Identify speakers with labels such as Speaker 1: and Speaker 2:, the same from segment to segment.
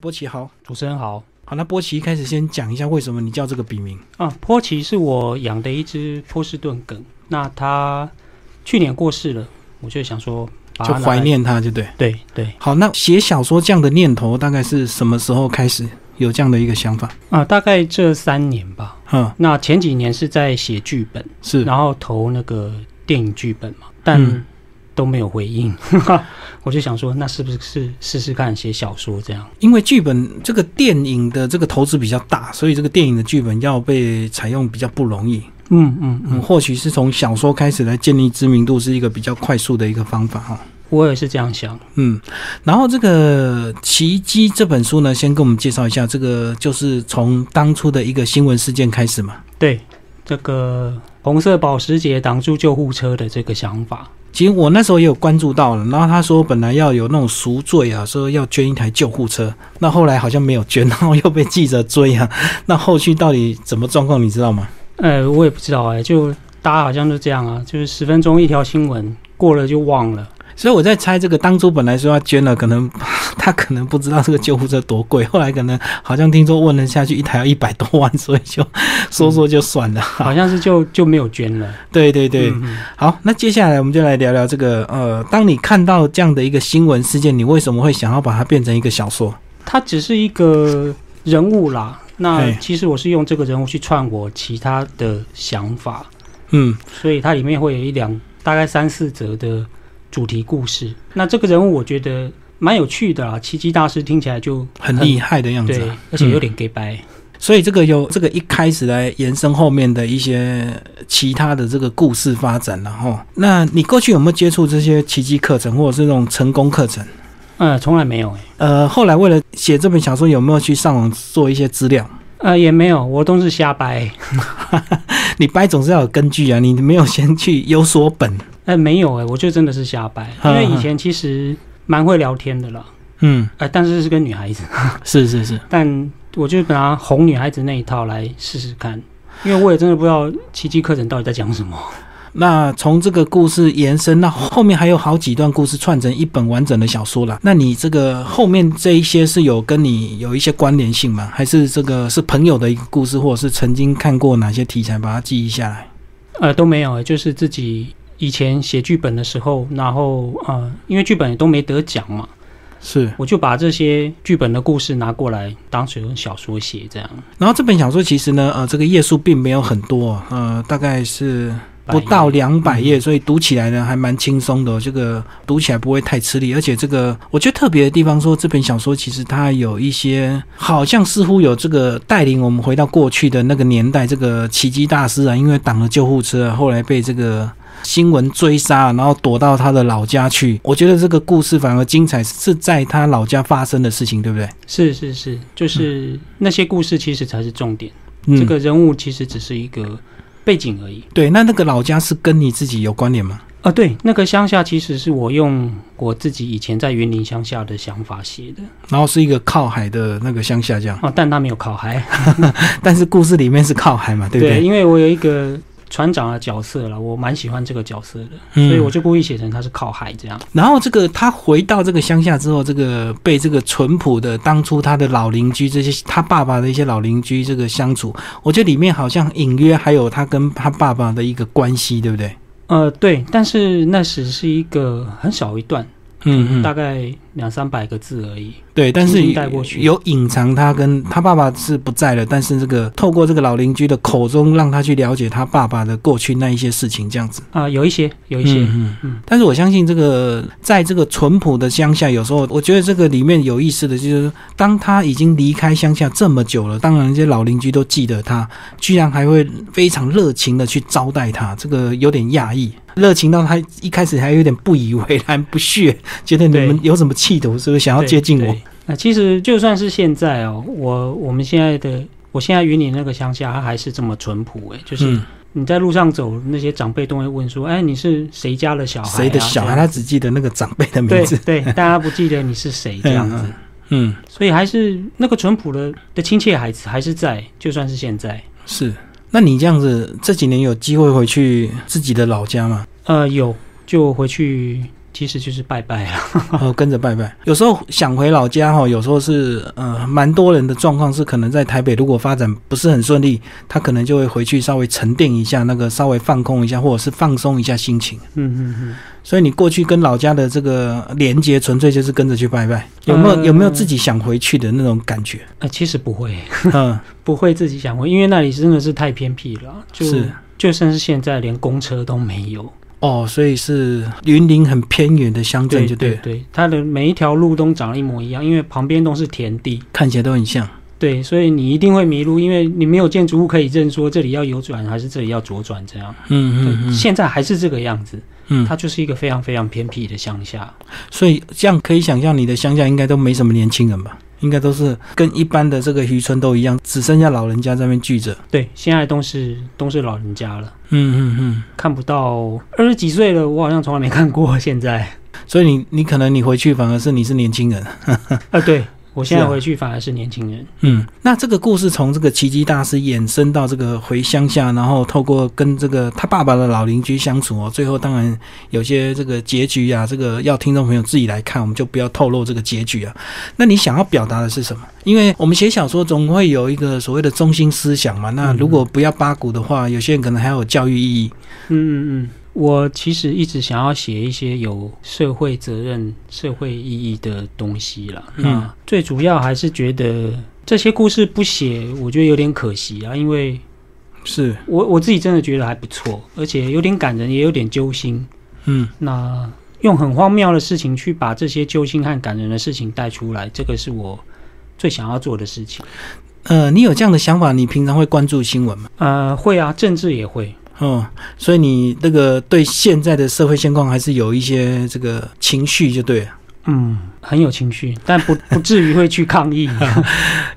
Speaker 1: 波奇好，
Speaker 2: 主持人好
Speaker 1: 好，那波奇一开始先讲一下为什么你叫这个笔名。
Speaker 2: 啊，波奇是我养的一只波士顿梗，那它去年过世了，我就想说把它
Speaker 1: 就
Speaker 2: 拿来
Speaker 1: 怀，念他，就对。
Speaker 2: 对对
Speaker 1: 好，那写小说这样的念头大概是什么时候开始有这样的一个想法？
Speaker 2: 啊，大概这三年吧。
Speaker 1: 嗯，
Speaker 2: 那前几年是在写剧本，
Speaker 1: 是
Speaker 2: 然后投那个电影剧本嘛，但
Speaker 1: 嗯
Speaker 2: 都没有回应， 我就想说，那是不是试试看写小说这样？
Speaker 1: 因为剧本这个电影的这个投资比较大，所以这个电影的剧本要被采用比较不容易。
Speaker 2: 嗯嗯
Speaker 1: 嗯，
Speaker 2: 嗯，
Speaker 1: 或许是从小说开始来建立知名度是一个比较快速的一个方法哈。
Speaker 2: 我也是这样想。
Speaker 1: 嗯，然后这个《奇迹》这本书呢，先跟我们介绍一下，这个就是从当初的一个新闻事件开始嘛。
Speaker 2: 对，这个红色保时捷挡住救护车的这个想法，
Speaker 1: 其实我那时候也有关注到了，然后他说本来要有那种赎罪啊，说要捐一台救护车，那后来好像没有捐，然后又被记者追啊， 那后续到底怎么状况你知道吗？
Speaker 2: 呃，我也不知道哎、就大家好像都这样啊，就是十分钟一条新闻，过了就 忘了。
Speaker 1: 所以我在猜，这个当初本来说要捐了，可能他可能不知道这个救护车多贵，后来可能好像听说问了下去，一台要一百多万，所以就说说就算了。
Speaker 2: 好像是就就没有捐了。
Speaker 1: 对对对，
Speaker 2: 嗯嗯
Speaker 1: 好，那接下来我们就来聊聊这个呃，当你看到这样的一个新闻事件，你为什么会想要把它变成一个小说？
Speaker 2: 他只是一个人物啦。那
Speaker 1: 嘿
Speaker 2: 其实我是用这个人物去串我其他的想法，
Speaker 1: 嗯，
Speaker 2: 所以它里面会有一两大概三四则的主题故事。那这个人物我觉得蛮有趣的啦，奇迹大师听起来就
Speaker 1: 很厉害的样子
Speaker 2: 对
Speaker 1: 啊、，
Speaker 2: 而且有点 gay 白、
Speaker 1: 所以这个由这个一开始来延伸后面的一些其他的这个故事发展然后，那你过去有没有接触这些奇迹课程或者是那种成功课程？
Speaker 2: 呃，从来没有、欸，
Speaker 1: 呃，后来为了写这本小说，有没有去上网做一些资料？
Speaker 2: 呃，也没有，我都是瞎掰、
Speaker 1: 你掰总是要有根据啊，你没有先去有所本，
Speaker 2: 呃，没有哎、我就真的是瞎掰，因为以前其实蛮会聊天的啦，
Speaker 1: 嗯，
Speaker 2: 呃，但是是跟女孩子，
Speaker 1: 是是是，
Speaker 2: 但我就拿哄女孩子那一套来试试看，因为我也真的不知道奇迹课程到底在讲什么。
Speaker 1: 那从这个故事延伸，那后面还有好几段故事串成一本完整的小说了。那你这个后面这一些是有跟你有一些关联性吗？还是这个是朋友的一个故事，或者是曾经看过哪些题材，把它记忆下来？
Speaker 2: 呃，都没有、欸，就是自己以前写剧本的时候，然后呃，因为剧本也都没得奖嘛，
Speaker 1: 是。
Speaker 2: 我就把这些剧本的故事拿过来当成小说写，这样
Speaker 1: 然后这本小说其实呢，呃，这个页数并没有很多哦，呃，大概是不到两百页，嗯所以读起来呢还蛮轻松的哦、这个读起来不会太吃力，而且这个我觉得特别的地方说，这本小说其实它有一些好像似乎有这个带领我们回到过去的那个年代，这个奇迹大师啊，因为挡了救护车啊、后来被这个。新闻追杀，然后躲到他的老家去。我觉得这个故事反而精彩，是在他老家发生的事情，对不对？
Speaker 2: 是是是，就是那些故事其实才是重点，
Speaker 1: 嗯
Speaker 2: 这个人物其实只是一个背景而已。
Speaker 1: 对。那那个老家是跟你自己有关联吗？
Speaker 2: 啊，对，那个乡下其实是我用我自己以前在云林乡下的想法写的
Speaker 1: 然后是一个靠海的那个乡下这样，
Speaker 2: 啊，但他没有考嗨，
Speaker 1: 但是故事里面是靠海嘛，对不对？
Speaker 2: 因为我有一个船长的角色了，我蛮喜欢这个角色的，
Speaker 1: 嗯
Speaker 2: 所以我就故意写成他是靠海这样。
Speaker 1: 然后这个他回到这个乡下之后，这个被这个淳朴的当初他的老邻居这些他爸爸的一些老邻居这个相处，我觉得里面好像隐约还有他跟他爸爸的一个关系，对不对？
Speaker 2: 呃，对，但是那时是一个很小一段，
Speaker 1: 嗯
Speaker 2: 大概两三百个字而已。
Speaker 1: 对，但是
Speaker 2: 轻轻带过去
Speaker 1: 有隐藏他跟他爸爸是不在了，但是这个透过这个老邻居的口中，让他去了解他爸爸的过去那一些事情，这样子。
Speaker 2: 啊、有一些，有一些，
Speaker 1: 嗯嗯
Speaker 2: 嗯。
Speaker 1: 但是我相信这个，在这个淳朴的乡下，有时候我觉得这个里面有意思的就是，当他已经离开乡下这么久了，当然这些老邻居都记得他，居然还会非常热情的去招待他，这个有点讶异。热情到他一开始还有点不以为然、不屑，觉得你们有什么企图，是不是想要
Speaker 2: 对
Speaker 1: 接近。我
Speaker 2: 对？那、其实就算是现在哦，我我们现在的，我现在云林那个乡下，它还是这么淳朴诶、就是。
Speaker 1: 嗯，
Speaker 2: 你在路上走，那些长辈都会问说：“哎，你是谁家的小孩、啊？
Speaker 1: 谁的小孩？
Speaker 2: 这样
Speaker 1: 他只记得那个长辈的？”名
Speaker 2: 对
Speaker 1: 字。
Speaker 2: 对，大家不记得你是谁这样子，
Speaker 1: 嗯嗯，
Speaker 2: 所以还是那个淳朴的的亲切还还是在，就算是现在。
Speaker 1: 是。那你这样子这几年有机会回去自己的老家吗？
Speaker 2: 呃，有就回去其实就是拜拜啊。
Speaker 1: 呃，跟着拜拜。有时候想回老家哈，有时候是呃，蛮多人的状况是，可能在台北如果发展不是很顺利，他可能就会回去稍微沉淀一下，那个稍微放空一下，或者是放松一下心情。
Speaker 2: 嗯嗯嗯，
Speaker 1: 所以你过去跟老家的这个连接，纯粹就是跟着去拜拜。有没有有没有自己想回去的那种感 觉？
Speaker 2: 呃，其实不会，
Speaker 1: 嗯，
Speaker 2: 不会自己想回，因为那里真的是太偏僻了啊，就是就算是现在连公车都没有。
Speaker 1: 哦，所以是云林很偏远的乡镇，就对
Speaker 2: 对
Speaker 1: 了，
Speaker 2: 对，它的每一条路都长得一模一样，因为旁边都是田地。
Speaker 1: 看起来都很像。
Speaker 2: 对，所以你一定会迷路，因为你没有建筑物可以认说这里要右转还是这里要左转这样。对，
Speaker 1: 嗯嗯
Speaker 2: 现在还是这个样子，
Speaker 1: 嗯
Speaker 2: 它
Speaker 1: 嗯，
Speaker 2: 就是一个非常非常偏僻的乡下。
Speaker 1: 所以这样可以想象，你的乡下应该都没什么年轻人吧？应该都是跟一般的这个渔村都一样，只剩下老人家在那边聚着。
Speaker 2: 对，现在都是都是老人家了，
Speaker 1: 嗯嗯嗯，
Speaker 2: 看不到二十几岁了，我好像从来没看过。现在
Speaker 1: 所以你你可能你回去反而是你是年轻人。
Speaker 2: 啊，对我现
Speaker 1: 是
Speaker 2: 在
Speaker 1: 啊
Speaker 2: 回去反而是年轻人。
Speaker 1: 嗯，那这个故事从这个奇迹大师衍生到这个回乡下，然后透过跟这个他爸爸的老邻居相处哦，最后当然有些这个结局啊，这个要听众朋友自己来看，我们就不要透露这个结局啊。那你想要表达的是什么？因为我们写小说总会有一个所谓的中心思想嘛，那如果不要八股的话，有些人可能还有教育意义。
Speaker 2: 嗯嗯嗯，我其实一直想要写一些有社会责任、社会意义的东西啦。
Speaker 1: 嗯
Speaker 2: 那最主要还是觉得这些故事不写，我觉得有点可惜啊，因为
Speaker 1: 是，
Speaker 2: 我我自己真的觉得还不错，而且有点感人，也有点揪心。
Speaker 1: 嗯
Speaker 2: 那用很荒谬的事情去把这些揪心和感人的事情带出来，这个是我最想要做的事情。
Speaker 1: 呃，你有这样的想法，你平常会关注新闻吗？
Speaker 2: 呃，会啊，政治也会。
Speaker 1: 哦，所以你那个对现在的社会现况还是有一些这个情绪，就对了。
Speaker 2: 嗯，很有情绪，但不不至于会去抗议。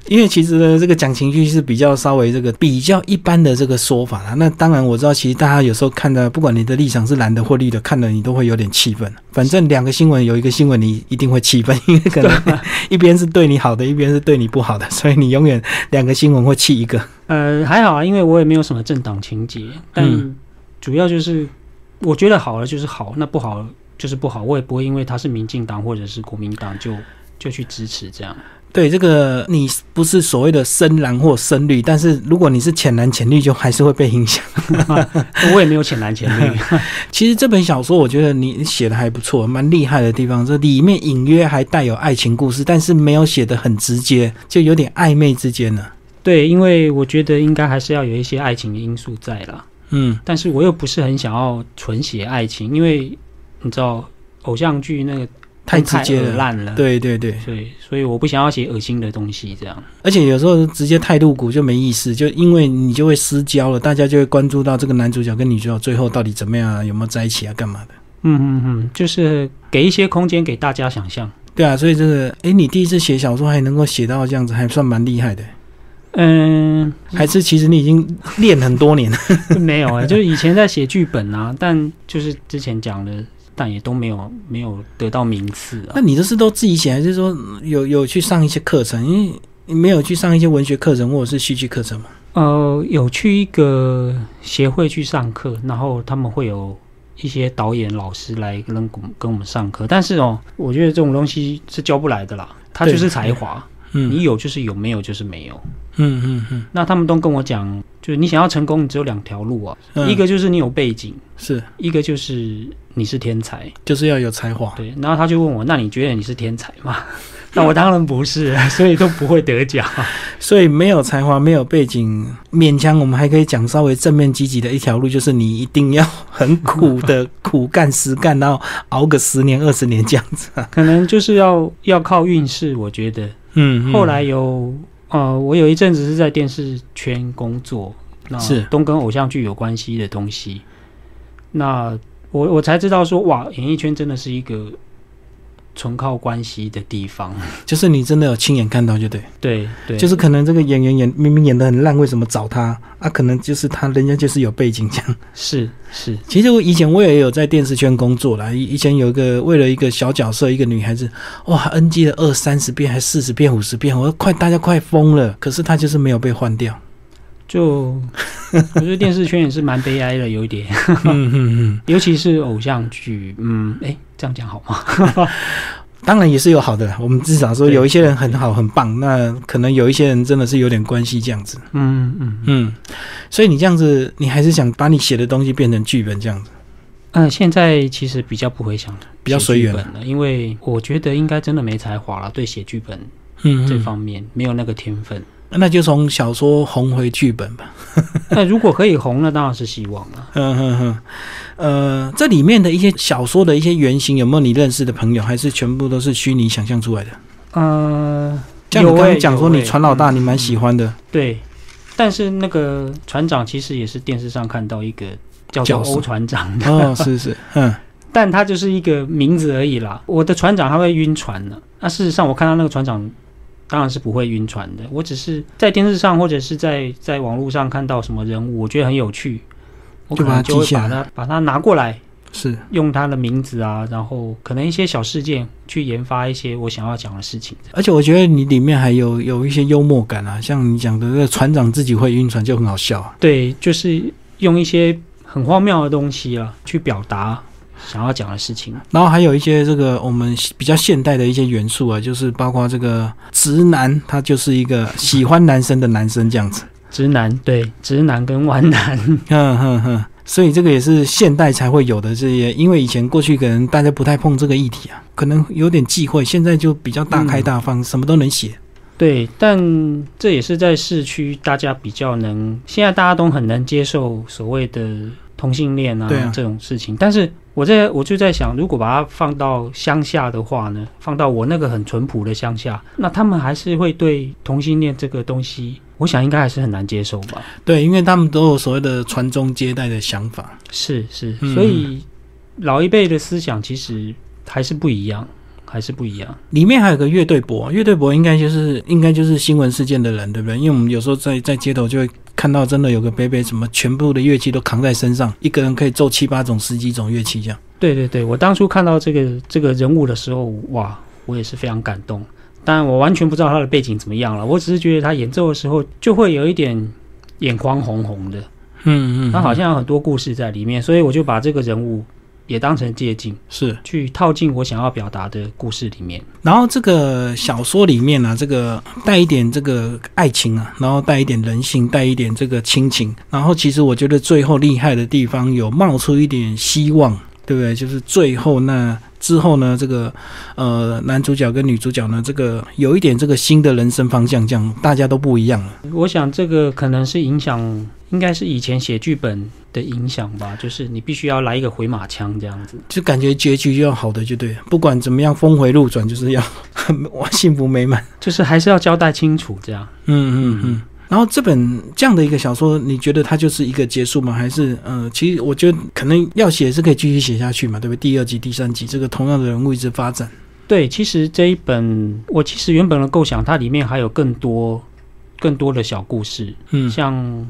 Speaker 1: 因为其实呢，这个讲情绪是比较稍微这个比较一般的这个说法啦。那当然我知道，其实大家有时候看的，不管你的立场是蓝的或绿的，看了你都会有点气愤。反正两个新闻有一个新闻你一定会气愤，因为可能 一边是对你好的，一边是对你不好的，所以你永远两个新闻会气一个。
Speaker 2: 呃，还好啊，因为我也没有什么政党情节，但
Speaker 1: 嗯
Speaker 2: 主要就是我觉得好了就是好，那不好就是不好，我也不会因为他是民进党或者是国民党就就去支持这样。
Speaker 1: 对这个，你不是所谓的深蓝或深绿，但是如果你是浅蓝浅绿，就还是会被影响。
Speaker 2: 我也没有浅蓝浅绿。
Speaker 1: 其实这本小说，我觉得你写的还不错，蛮厉害的地方。这里面隐约还带有爱情故事，但是没有写的很直接，就有点暧昧之间了。
Speaker 2: 对，因为我觉得应该还是要有一些爱情因素在啦，
Speaker 1: 嗯，
Speaker 2: 但是我又不是很想要纯写爱情，因为你知道偶像剧那个
Speaker 1: 太直接
Speaker 2: 恶
Speaker 1: 了。
Speaker 2: 烂了，
Speaker 1: 对对对，
Speaker 2: 对，所以我不想要写恶心的东西这样。
Speaker 1: 而且有时候直接太露骨就没意思，就因为你就会失焦了，大家就会关注到这个男主角跟女主角最后到底怎么样啊，有没有在一起啊，干嘛的？
Speaker 2: 嗯嗯嗯，就是给一些空间给大家想象。
Speaker 1: 对啊，所以这个，诶，你第一次写小说还能够写到这样子，还算蛮厉害的。
Speaker 2: 嗯，
Speaker 1: 还是其实你已经练很多年了。
Speaker 2: 没有哎、就是以前在写剧本啊，但就是之前讲的，但也都没有没有得到名次啊
Speaker 1: 那。你这是都自己写，还是说嗯有有去上一些课程？因为你没有去上一些文学课程或者是戏剧课程嘛？
Speaker 2: 呃，有去一个协会去上课，然后他们会有一些导演老师来跟我们跟我们上课，但是哦，我觉得这种东西是教不来的啦，它就是才华，
Speaker 1: 嗯
Speaker 2: 你有就是有，没有就是没有。
Speaker 1: 嗯嗯嗯
Speaker 2: 那他们都跟我讲，就是你想要成功，你只有两条路啊，
Speaker 1: 嗯，
Speaker 2: 一个就是你有背景，
Speaker 1: 是
Speaker 2: 一个就是你是天才。
Speaker 1: 就是要有才华。
Speaker 2: 对，然后他就问我，那你觉得你是天才吗？ 那我当然不是，所以都不会得奖。
Speaker 1: 所以没有才华，没有背景，勉强我们还可以讲稍微正面积极的一条路，就是你一定要很苦 的苦干实干，然后熬个十年二十年这样子。
Speaker 2: 可能就是要要靠运势，我觉得。
Speaker 1: 嗯
Speaker 2: 后来有呃，我有一阵子是在电视圈工作，那
Speaker 1: 是
Speaker 2: 都跟偶像剧有关系的东西。那我我才知道说，哇，演艺圈真的是一个纯靠关系的 地方。
Speaker 1: 就是你真的有亲眼看到，就对，
Speaker 2: 对对，
Speaker 1: 就是可能这个演员演明明演的很烂，为什么找他啊？可能就是他人家就是有背景这样。
Speaker 2: 是 是，
Speaker 1: 其实我以前我也有在电视圈工作啦，以以前有一个为了一个小角色，一个女孩子，哇，NG 了二三十遍，还四十遍、五十遍，我说快大家快疯了。可是她就是没有被换掉，
Speaker 2: 就我觉得电视圈也是蛮悲哀的，有一点，
Speaker 1: 嗯 嗯嗯，
Speaker 2: 尤其是偶像剧，嗯，哎，这样讲好吗？
Speaker 1: 当然也是有好的啦。我们至少说
Speaker 2: 对
Speaker 1: 有一些人很好很棒，那可能有一些人真的是有点关系这样子。
Speaker 2: 嗯嗯
Speaker 1: 嗯，所以你这样子，你还是想把你写的东西变成剧本这样子，
Speaker 2: 嗯、呃，现在其实比较不会想
Speaker 1: 比较随
Speaker 2: 写剧
Speaker 1: 缘。
Speaker 2: 本了，因为我觉得应该真的没才华了，对写剧本
Speaker 1: 嗯，
Speaker 2: 这
Speaker 1: 嗯
Speaker 2: 方面、没有那个天分。
Speaker 1: 那就从小说红回剧本吧。
Speaker 2: 那如果可以红了，当然是希望啊了。
Speaker 1: 嗯哼哼，呃，这里面的一些小说的一些原型，有没有你认识的朋友，还是全部都是虚拟想象出来的？
Speaker 2: 呃，
Speaker 1: 像你
Speaker 2: 有
Speaker 1: 刚刚
Speaker 2: 欸
Speaker 1: 讲说
Speaker 2: 有
Speaker 1: 你
Speaker 2: 欸
Speaker 1: 船老大，
Speaker 2: 嗯
Speaker 1: 你蛮喜欢的。
Speaker 2: 对，但是那个船长其实也是电视上看到一个叫做
Speaker 1: 叫什么
Speaker 2: 欧船长的，
Speaker 1: 哦，是是，嗯
Speaker 2: 但他就是一个名字而已啦。我的船长他会晕船的、那事实上我看到那个船长当然是不会晕船的，我只是在电视上或者是在在网络上看到什么人物，我觉得很有趣，我可
Speaker 1: 就把它
Speaker 2: 能就会
Speaker 1: 记下
Speaker 2: 把
Speaker 1: 来
Speaker 2: 它把它拿过来，
Speaker 1: 是。
Speaker 2: 用他的名字啊，然后可能一些小事件去研发一些我想要讲的事情。
Speaker 1: 而且我觉得你里面还有有一些幽默感啊，像你讲的那个船长自己会晕船就很好笑啊。
Speaker 2: 对，就是用一些很荒谬的东西啊，去表达想要讲的事情。
Speaker 1: 然后还有一些这个我们比较现代的一些元素啊，就是包括这个直男，他就是一个喜欢男生的男生这样子。
Speaker 2: 直男对直男跟弯男，
Speaker 1: 哼哼哼，嗯所以这个也是现代才会有的这些，因为以前过去可能大家不太碰这个议题啊，可能有点忌讳，现在就比较大开大放，什么都能写。
Speaker 2: 对，但这也是在市区大家比较能，现在大家都很能接受所谓的同性恋啊
Speaker 1: 对啊
Speaker 2: 这种事情。但是我在我就在想，如果把它放到乡下的话呢，放到我那个很淳朴的乡下，那他们还是会对同性恋这个东西，我想应该还是很难接受吧。
Speaker 1: 对，因为他们都有所谓的传宗接代的想法。
Speaker 2: 是是，
Speaker 1: 嗯
Speaker 2: 所以老一辈的思想其实还是不一样，还是不一样。
Speaker 1: 里面还有个乐队博，啊乐队博应该就是应该就是新闻事件的人，对不对？因为我们有时候在在街头就会看到，真的有个伯伯什么全部的乐器都扛在身上，一个人可以奏七八种、十几种乐器这样。
Speaker 2: 对对对，我当初看到这个这个人物的时候，哇，我也是非常感动。但我完全不知道他的背景怎么样了，我只是觉得他演奏的时候就会有一点眼眶红红的，
Speaker 1: 嗯嗯，
Speaker 2: 他好像有很多故事在里面，所以我就把这个人物也当成借镜，
Speaker 1: 是。
Speaker 2: 去套进我想要表达的故事里面。
Speaker 1: 然后这个小说里面啊，这个带一点这个爱情啊，然后带一点人性，带一点这个亲情。然后其实我觉得最后厉害的地方有冒出一点希望，对不对？就是最后那之后呢，这个呃男主角跟女主角呢，这个呃有一点这个新的人生方向，这样大家都不一样了。
Speaker 2: 我想这个可能是影响，应该是以前写剧本的影响吧，就是你必须要来一个回马枪这样子。
Speaker 1: 就感觉结局要好的就对了，不管怎么样峰回路转，就是要 哇幸福美满。
Speaker 2: 就是还是要交代清楚，这样。
Speaker 1: 嗯嗯嗯。然后这本这样的一个小说，你觉得它就是一个结束吗？还是呃，其实我觉得可能要写是可以继续写下去嘛，对不对？第二集、第三集这个同样的人物一直发展。
Speaker 2: 对，其实这一本我其实原本的构想，它里面还有更多更多的小故事，
Speaker 1: 嗯，
Speaker 2: 像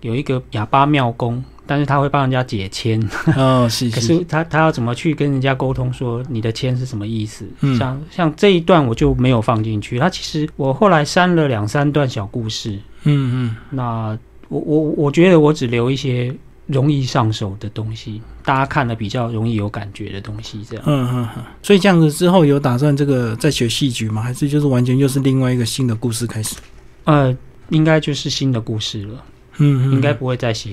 Speaker 2: 有一个哑巴庙公，但是他会帮人家解签，
Speaker 1: 哦，是
Speaker 2: 可
Speaker 1: 是，
Speaker 2: 是他他要怎么去跟人家沟通说你的签是什么意思？
Speaker 1: 嗯
Speaker 2: 像像这一段我就没有放进去，它其实我后来删了两三段小故事，
Speaker 1: 嗯嗯，
Speaker 2: 那我我我觉得我只留一些容易上手的东西，大家看了比较容易有感觉的东西，这样。
Speaker 1: 嗯嗯嗯。所以这样子之后有打算这个再写戏剧吗？还是就是完全又是另外一个新的故事开始？
Speaker 2: 呃，应该就是新的故事了，
Speaker 1: 嗯，嗯
Speaker 2: 应该
Speaker 1: 嗯
Speaker 2: 不会再写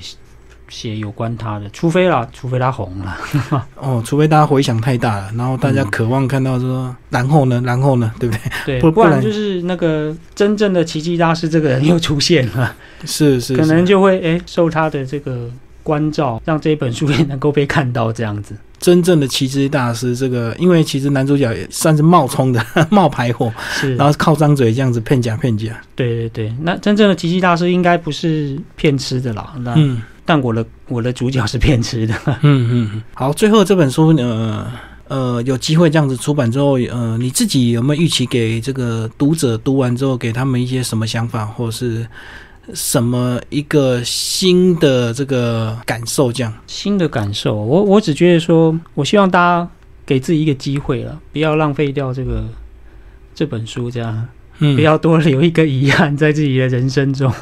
Speaker 2: 写有关他的，除非啦，除非他红了。
Speaker 1: 哦，除非大家回响太大了，然后大家
Speaker 2: 嗯
Speaker 1: 渴望看到说，然后呢，然后呢，对不对？
Speaker 2: 对，
Speaker 1: 不不
Speaker 2: 不然
Speaker 1: 然
Speaker 2: 就是那个真正的奇迹大师这个人又出现了，
Speaker 1: 是是，
Speaker 2: 可
Speaker 1: 是
Speaker 2: 能就会诶受他的这个关照，让这一本书也能够被看到这样子。
Speaker 1: 真正的骑士大师，这个因为其实男主角也算是冒充的 冒牌货，
Speaker 2: 是，
Speaker 1: 然后靠张嘴这样子骗假骗假。
Speaker 2: 对对对，那真正的奇迹大师应该不是骗吃的啦，那、
Speaker 1: 嗯
Speaker 2: 但我的我的主角是骗吃 的。
Speaker 1: 嗯嗯。好，最后这本书呃呃有机会这样子出版之后，呃你自己有没有预期给这个读者读完之后给他们一些什么想法，或是什么一个新的这个感受？这样，
Speaker 2: 新的感受。我我只觉得说，我希望大家给自己一个机会了，不要浪费掉这个这本书，这样
Speaker 1: 嗯
Speaker 2: 不要多留一个遗憾在自己的人生中。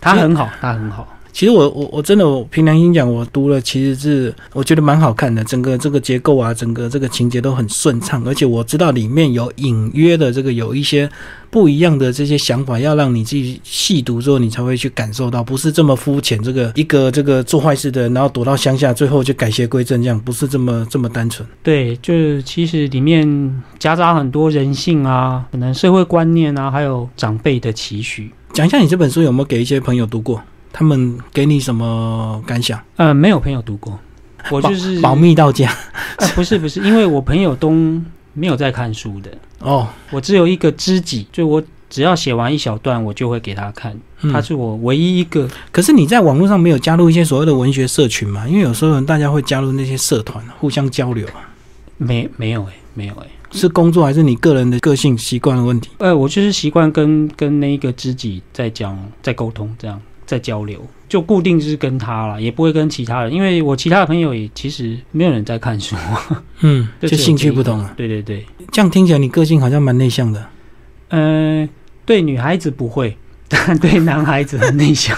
Speaker 2: 它很好，它很好。
Speaker 1: 其实我我我真的我凭良心讲，我读了其实是我觉得蛮好看的，整个这个结构啊，整个这个情节都很顺畅，而且我知道里面有隐约的这个有一些不一样的这些想法，要让你自己细读之后，你才会去感受到，不是这么肤浅。这个一个这个做坏事的人，然后躲到乡下，最后就改邪归正，这样不是这么这么单纯。
Speaker 2: 对，就是其实里面夹杂很多人性啊，可能社会观念啊，还有长辈的期许。
Speaker 1: 讲一下你这本书有没有给一些朋友读过？他们给你什么感想？
Speaker 2: 呃，没有朋友读过，我就是
Speaker 1: 保保密到家
Speaker 2: 呃，不是不是，因为我朋友都没有在看书的，
Speaker 1: 哦。
Speaker 2: 我只有一个知己，就我只要写完一小段，我就会给他看，
Speaker 1: 嗯
Speaker 2: 他是我唯一一个。
Speaker 1: 可是你在网络上没有加入一些所谓的文学社群嘛？因为有时候大家会加入那些社团，互相交流啊，
Speaker 2: 没没有哎、没有哎、
Speaker 1: 是工作还是你个人的个性习惯的问题？
Speaker 2: 呃，我就是习惯跟跟那个知己在讲，在沟通，这样在交流，就固定就是跟他了，也不会跟其他人，因为我其他的朋友也其实没有人在看 书，
Speaker 1: 嗯，
Speaker 2: 就
Speaker 1: 就
Speaker 2: 只有
Speaker 1: 兴趣
Speaker 2: 这一
Speaker 1: 不
Speaker 2: 个
Speaker 1: 同啊。
Speaker 2: 对对对，
Speaker 1: 这样听起来你个性好像蛮内向的。
Speaker 2: 呃，对女孩子不会，但对男孩子很内向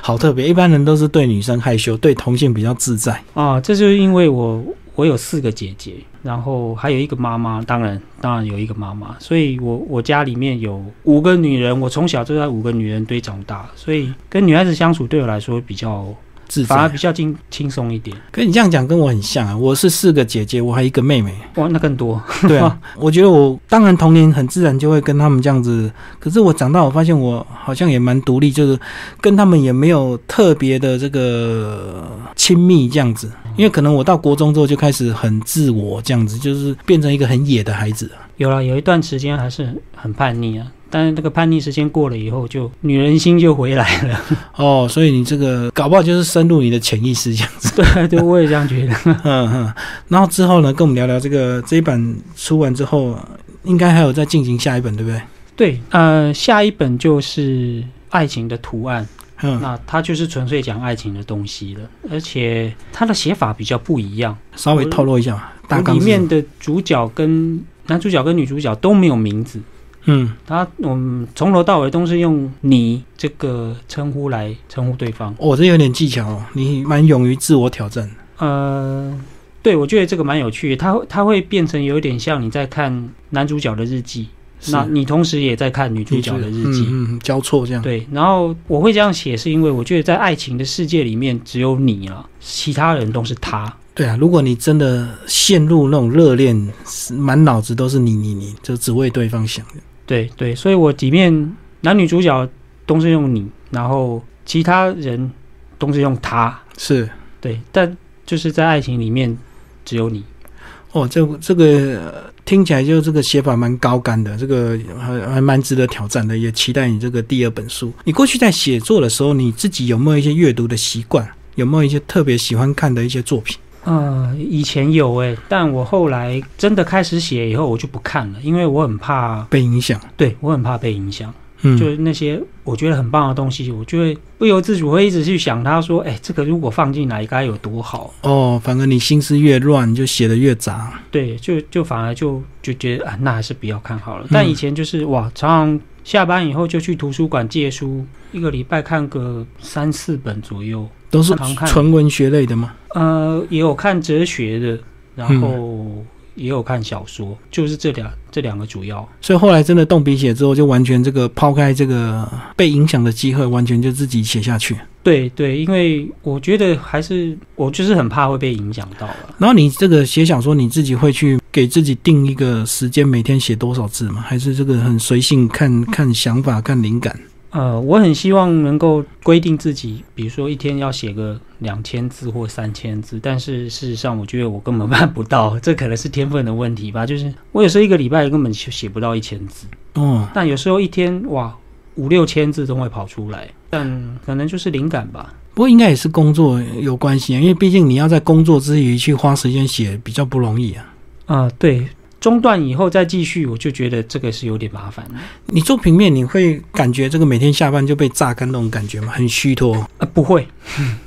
Speaker 1: 好特别，一般人都是对女生害羞，对同性比较自在。
Speaker 2: 啊。这就是因为我我有四个姐姐，然后还有一个妈妈，当然当然有一个妈妈，所以我我家里面有五个女人，我从小就在五个女人堆长大，所以跟女孩子相处对我来说比较
Speaker 1: 自
Speaker 2: 反而
Speaker 1: 在
Speaker 2: 比，较轻轻松一点。
Speaker 1: 可你这样讲跟我很像啊！我是四个姐姐，我还一个妹妹。
Speaker 2: 哇，那更多。
Speaker 1: 对啊，我觉得我当然童年很自然就会跟他们这样子，可是我长大我发现我好像也蛮独立，就是跟他们也没有特别的这个亲密这样子，因为可能我到国中之后就开始很自我这样子，就是变成一个很野的孩子。
Speaker 2: 有了，有一段时间还是很很叛逆啊，但是那个叛逆时间过了以后就，女人心就回来了。
Speaker 1: 哦，所以你这个搞不好就是深入你的潜意识这样 子。
Speaker 2: 对对，我也这样觉得。
Speaker 1: 嗯嗯，然后之后呢，跟我们聊聊这个这一版出完之后，应该还有再进行下一本，对不对？
Speaker 2: 对，呃，下一本就是《爱情的图案》，
Speaker 1: 嗯，
Speaker 2: 那它就是纯粹讲爱情的东西了，而且它的写法比较不一样。
Speaker 1: 稍微透露一下吧，大纲
Speaker 2: 里
Speaker 1: 是什么
Speaker 2: 面的主角跟男主角跟女主角都没有名字，
Speaker 1: 嗯。
Speaker 2: 他我们从头到尾都是用“你”这个称呼来称呼对方。
Speaker 1: 哦，这有点技巧哦，你蛮勇于自我挑战。
Speaker 2: 呃，对，我觉得这个蛮有趣的，它会它会变成有点像你在看男主角的日记，那你同时也在看女主角的日记。
Speaker 1: 嗯嗯，交错这样。
Speaker 2: 对，然后我会这样写，是因为我觉得在爱情的世界里面，只有你了，其他人都是他。
Speaker 1: 对啊，如果你真的陷入那种热恋，是满脑子都是你你你，就只为对方想。
Speaker 2: 对对，所以我里面男女主角都是用你，然后其他人都是用他。
Speaker 1: 是
Speaker 2: 对，但就是在爱情里面，只有你。
Speaker 1: 哦，这这个呃听起来就这个写法蛮高干的，这个还还蛮值得挑战的，也期待你这个第二本书。你过去在写作的时候，你自己有没有一些阅读的习惯？有没有一些特别喜欢看的一些作品？
Speaker 2: 呃，以前有诶、但我后来真的开始写以后，我就不看了，因为我很怕，
Speaker 1: 被影响？
Speaker 2: 对我很怕被影响。
Speaker 1: 嗯，
Speaker 2: 就是那些我觉得很棒的东西，我就会不由自主会一直去想，他说，哎、这个如果放进来该有多好。
Speaker 1: 哦，反而你心思越乱，你就写的越杂。
Speaker 2: 对，就就反而就就觉得啊，那还是不要看好了。但以前就是哇，常常下班以后就去图书馆借书，一个礼拜看个三四本左右。
Speaker 1: 都是
Speaker 2: 常看
Speaker 1: 纯文学类的吗？
Speaker 2: 呃，也有看哲学的，然后也有看小说，就是这两这两个主要。
Speaker 1: 所以后来真的动笔写之后，就完全这个抛开这个被影响的机会，完全就自己写下去。
Speaker 2: 对对，因为我觉得还是我就是很怕会被影响到啊了。
Speaker 1: 然后你这个写小说，你自己会去给自己定一个时间，每天写多少字吗？还是这个很随性，
Speaker 2: 嗯
Speaker 1: 看看想法，看灵感？
Speaker 2: 呃，我很希望能够规定自己，比如说一天要写个两千字或三千字，但是事实上，我觉得我根本办不到， 这可能是天分的问题吧。就是我有时候一个礼拜根本就写不到一千字，
Speaker 1: 哦，
Speaker 2: 但有时候一天哇五六千字都会跑出来，但可能就是灵感吧。
Speaker 1: 不过应该也是工作有关系啊，因为毕竟你要在工作之余去花时间写，比较不容易啊。
Speaker 2: 啊、对，中断以后再继续，我就觉得这个是有点麻烦的。
Speaker 1: 你做平面，你会感觉这个每天下班就被榨干那种感觉吗？很虚脱
Speaker 2: 呃，不会，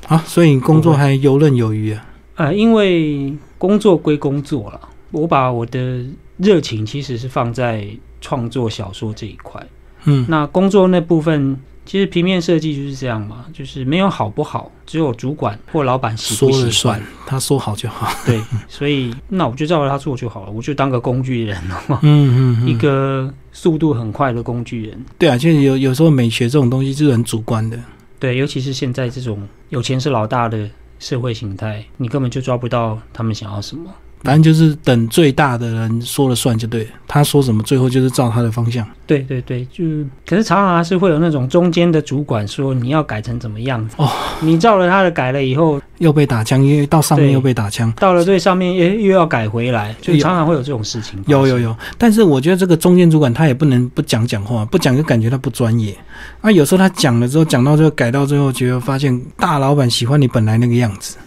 Speaker 1: 啊，所以你工作还游刃有余啊。
Speaker 2: 呃，因为工作归工作了，我把我的热情其实是放在创作小说这一块。
Speaker 1: 嗯，
Speaker 2: 那工作那部分其实平面设计就是这样嘛，就是没有好不好，只有主管或老板喜
Speaker 1: 说
Speaker 2: 不
Speaker 1: 了
Speaker 2: 喜
Speaker 1: 算
Speaker 2: 欢。，
Speaker 1: 他说好就好。
Speaker 2: 对，所以那我就照着他做就好了，我就当个工具人了嘛，
Speaker 1: 嗯嗯，
Speaker 2: 一个速度很快的工具人。
Speaker 1: 对啊，就是有有时候美学这种东西是很主观的。
Speaker 2: 对，尤其是现在这种有钱是老大的社会形态，你根本就抓不到他们想要什么。
Speaker 1: 反正就是等最大的人说了算就对了，他说什么，最后就是照他的方向。
Speaker 2: 对对对，就可是常常还是会有那种中间的主管说你要改成怎么样子
Speaker 1: 哦，
Speaker 2: 你照了他的改了以后，
Speaker 1: 又被打枪，因为到上面
Speaker 2: 对
Speaker 1: 又被打枪。
Speaker 2: 到了最上面又又要改回来，就
Speaker 1: 有
Speaker 2: 常常会有这种事情。
Speaker 1: 哎有有，有，但是我觉得这个中间主管他也不能不讲讲话，不讲就感觉他不专业。啊，有时候他讲了之后，讲到最后改到最后，觉得发现大老板喜欢你本来那个样 子。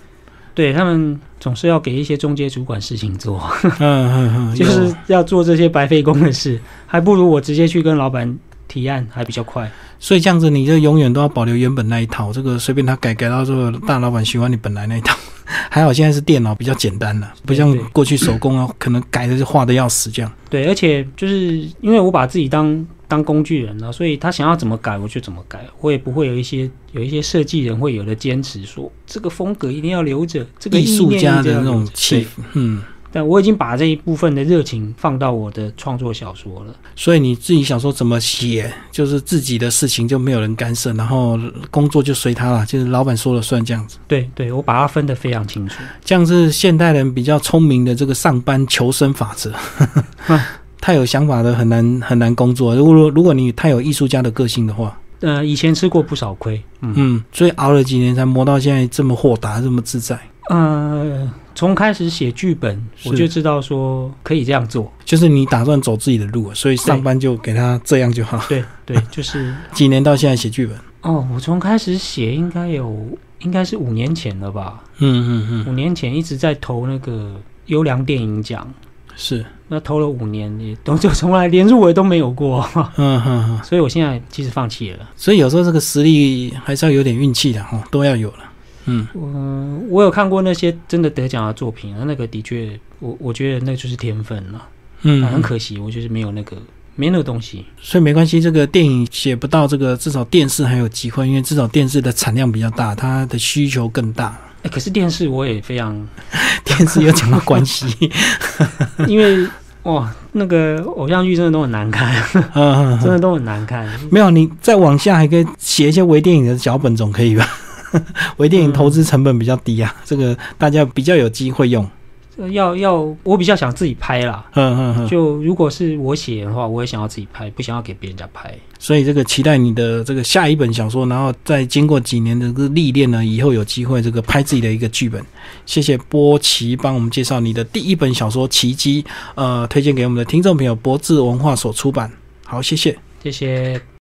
Speaker 2: 对他们总是要给一些中介主管事情做，
Speaker 1: 嗯嗯嗯，
Speaker 2: 就
Speaker 1: 有
Speaker 2: 是要做这些白费工的事，还不如我直接去跟老板提案，还比较快。
Speaker 1: 所以这样子，你就永远都要保留原本那一套。这个随便他改改到最后，大老板喜欢你本来那一套。还好现在是电脑比较简单了，不像
Speaker 2: 对对
Speaker 1: 过去手工啊，可能改的就画的要死这样。
Speaker 2: 对，而且就是因为我把自己当当工具人了、啊所以他想要怎么改我就怎么改，我也不会有一些有一些设计人会有的坚持说这个风格一定要留着，这个
Speaker 1: 艺术
Speaker 2: 意念
Speaker 1: 家
Speaker 2: 一定
Speaker 1: 的
Speaker 2: 要
Speaker 1: 那
Speaker 2: 留
Speaker 1: 种
Speaker 2: 着
Speaker 1: 气
Speaker 2: 对，
Speaker 1: 嗯。
Speaker 2: 但我已经把这一部分的热情放到我的创作小说了。
Speaker 1: 所以你自己想说怎么写，就是自己的事情就没有人干涉，然后工作就随他了，就是老板说了算这样子。
Speaker 2: 对对，我把它分得非常清楚。
Speaker 1: 这样是现代人比较聪明的这个上班求生法则。太有想法的很难很难工作。如果如果你太有艺术家的个性的话，
Speaker 2: 呃，以前吃过不少亏，嗯，
Speaker 1: 嗯，所以熬了几年才磨到现在这么豁达，这么自在。
Speaker 2: 呃，从开始写剧本，我
Speaker 1: 是
Speaker 2: 就知道说可以这样做。
Speaker 1: 就是你打算走自己的路，所以上班就给他这样就好。
Speaker 2: 对对， 就是
Speaker 1: 几年到现在写剧本，
Speaker 2: 哦，我从开始写应该有应该是五年前了吧，
Speaker 1: 嗯嗯
Speaker 2: 五年前一直在投那个优良电影奖，
Speaker 1: 嗯，是，
Speaker 2: 那投了五年也都 就从来连入围都没有过，
Speaker 1: 嗯哼哼。
Speaker 2: 所以我现在其实放弃了。
Speaker 1: 所以有时候这个实力还是要有点运气的哈，都要有了。嗯，
Speaker 2: 嗯、我有看过那些真的得奖的作品，那个的确，我我觉得那就是天分了，
Speaker 1: 嗯，
Speaker 2: 很可惜，我就是没有那个没那个东西。
Speaker 1: 所以没关系，这个电影写不到这个，至少电视还有机会，因为至少电视的产量比较大，它的需求更大，
Speaker 2: 哎，可是电视我也非常，
Speaker 1: 电视有讲到关系。
Speaker 2: 因为哇，那个偶像剧真的都很难看，
Speaker 1: 嗯，
Speaker 2: 真的都很难看。
Speaker 1: 没有，你再往下还可以写一些微电影的脚本，总可以吧？ 微电影投资成本比较低啊，这个大家比较有机会用。
Speaker 2: 呃要要，我比较想自己拍啦。
Speaker 1: 嗯嗯嗯，
Speaker 2: 就如果是我写的话，我也想要自己拍，不想要给别人家拍。
Speaker 1: 所以这个期待你的这个下一本小说，然后再经过几年的这个历练呢，以后有机会这个拍自己的一个剧本。谢谢波奇帮我们介绍你的第一本小说《奇迹》，呃，推荐给我们的听众朋友，博智文化所出版。好，谢谢。
Speaker 2: 这些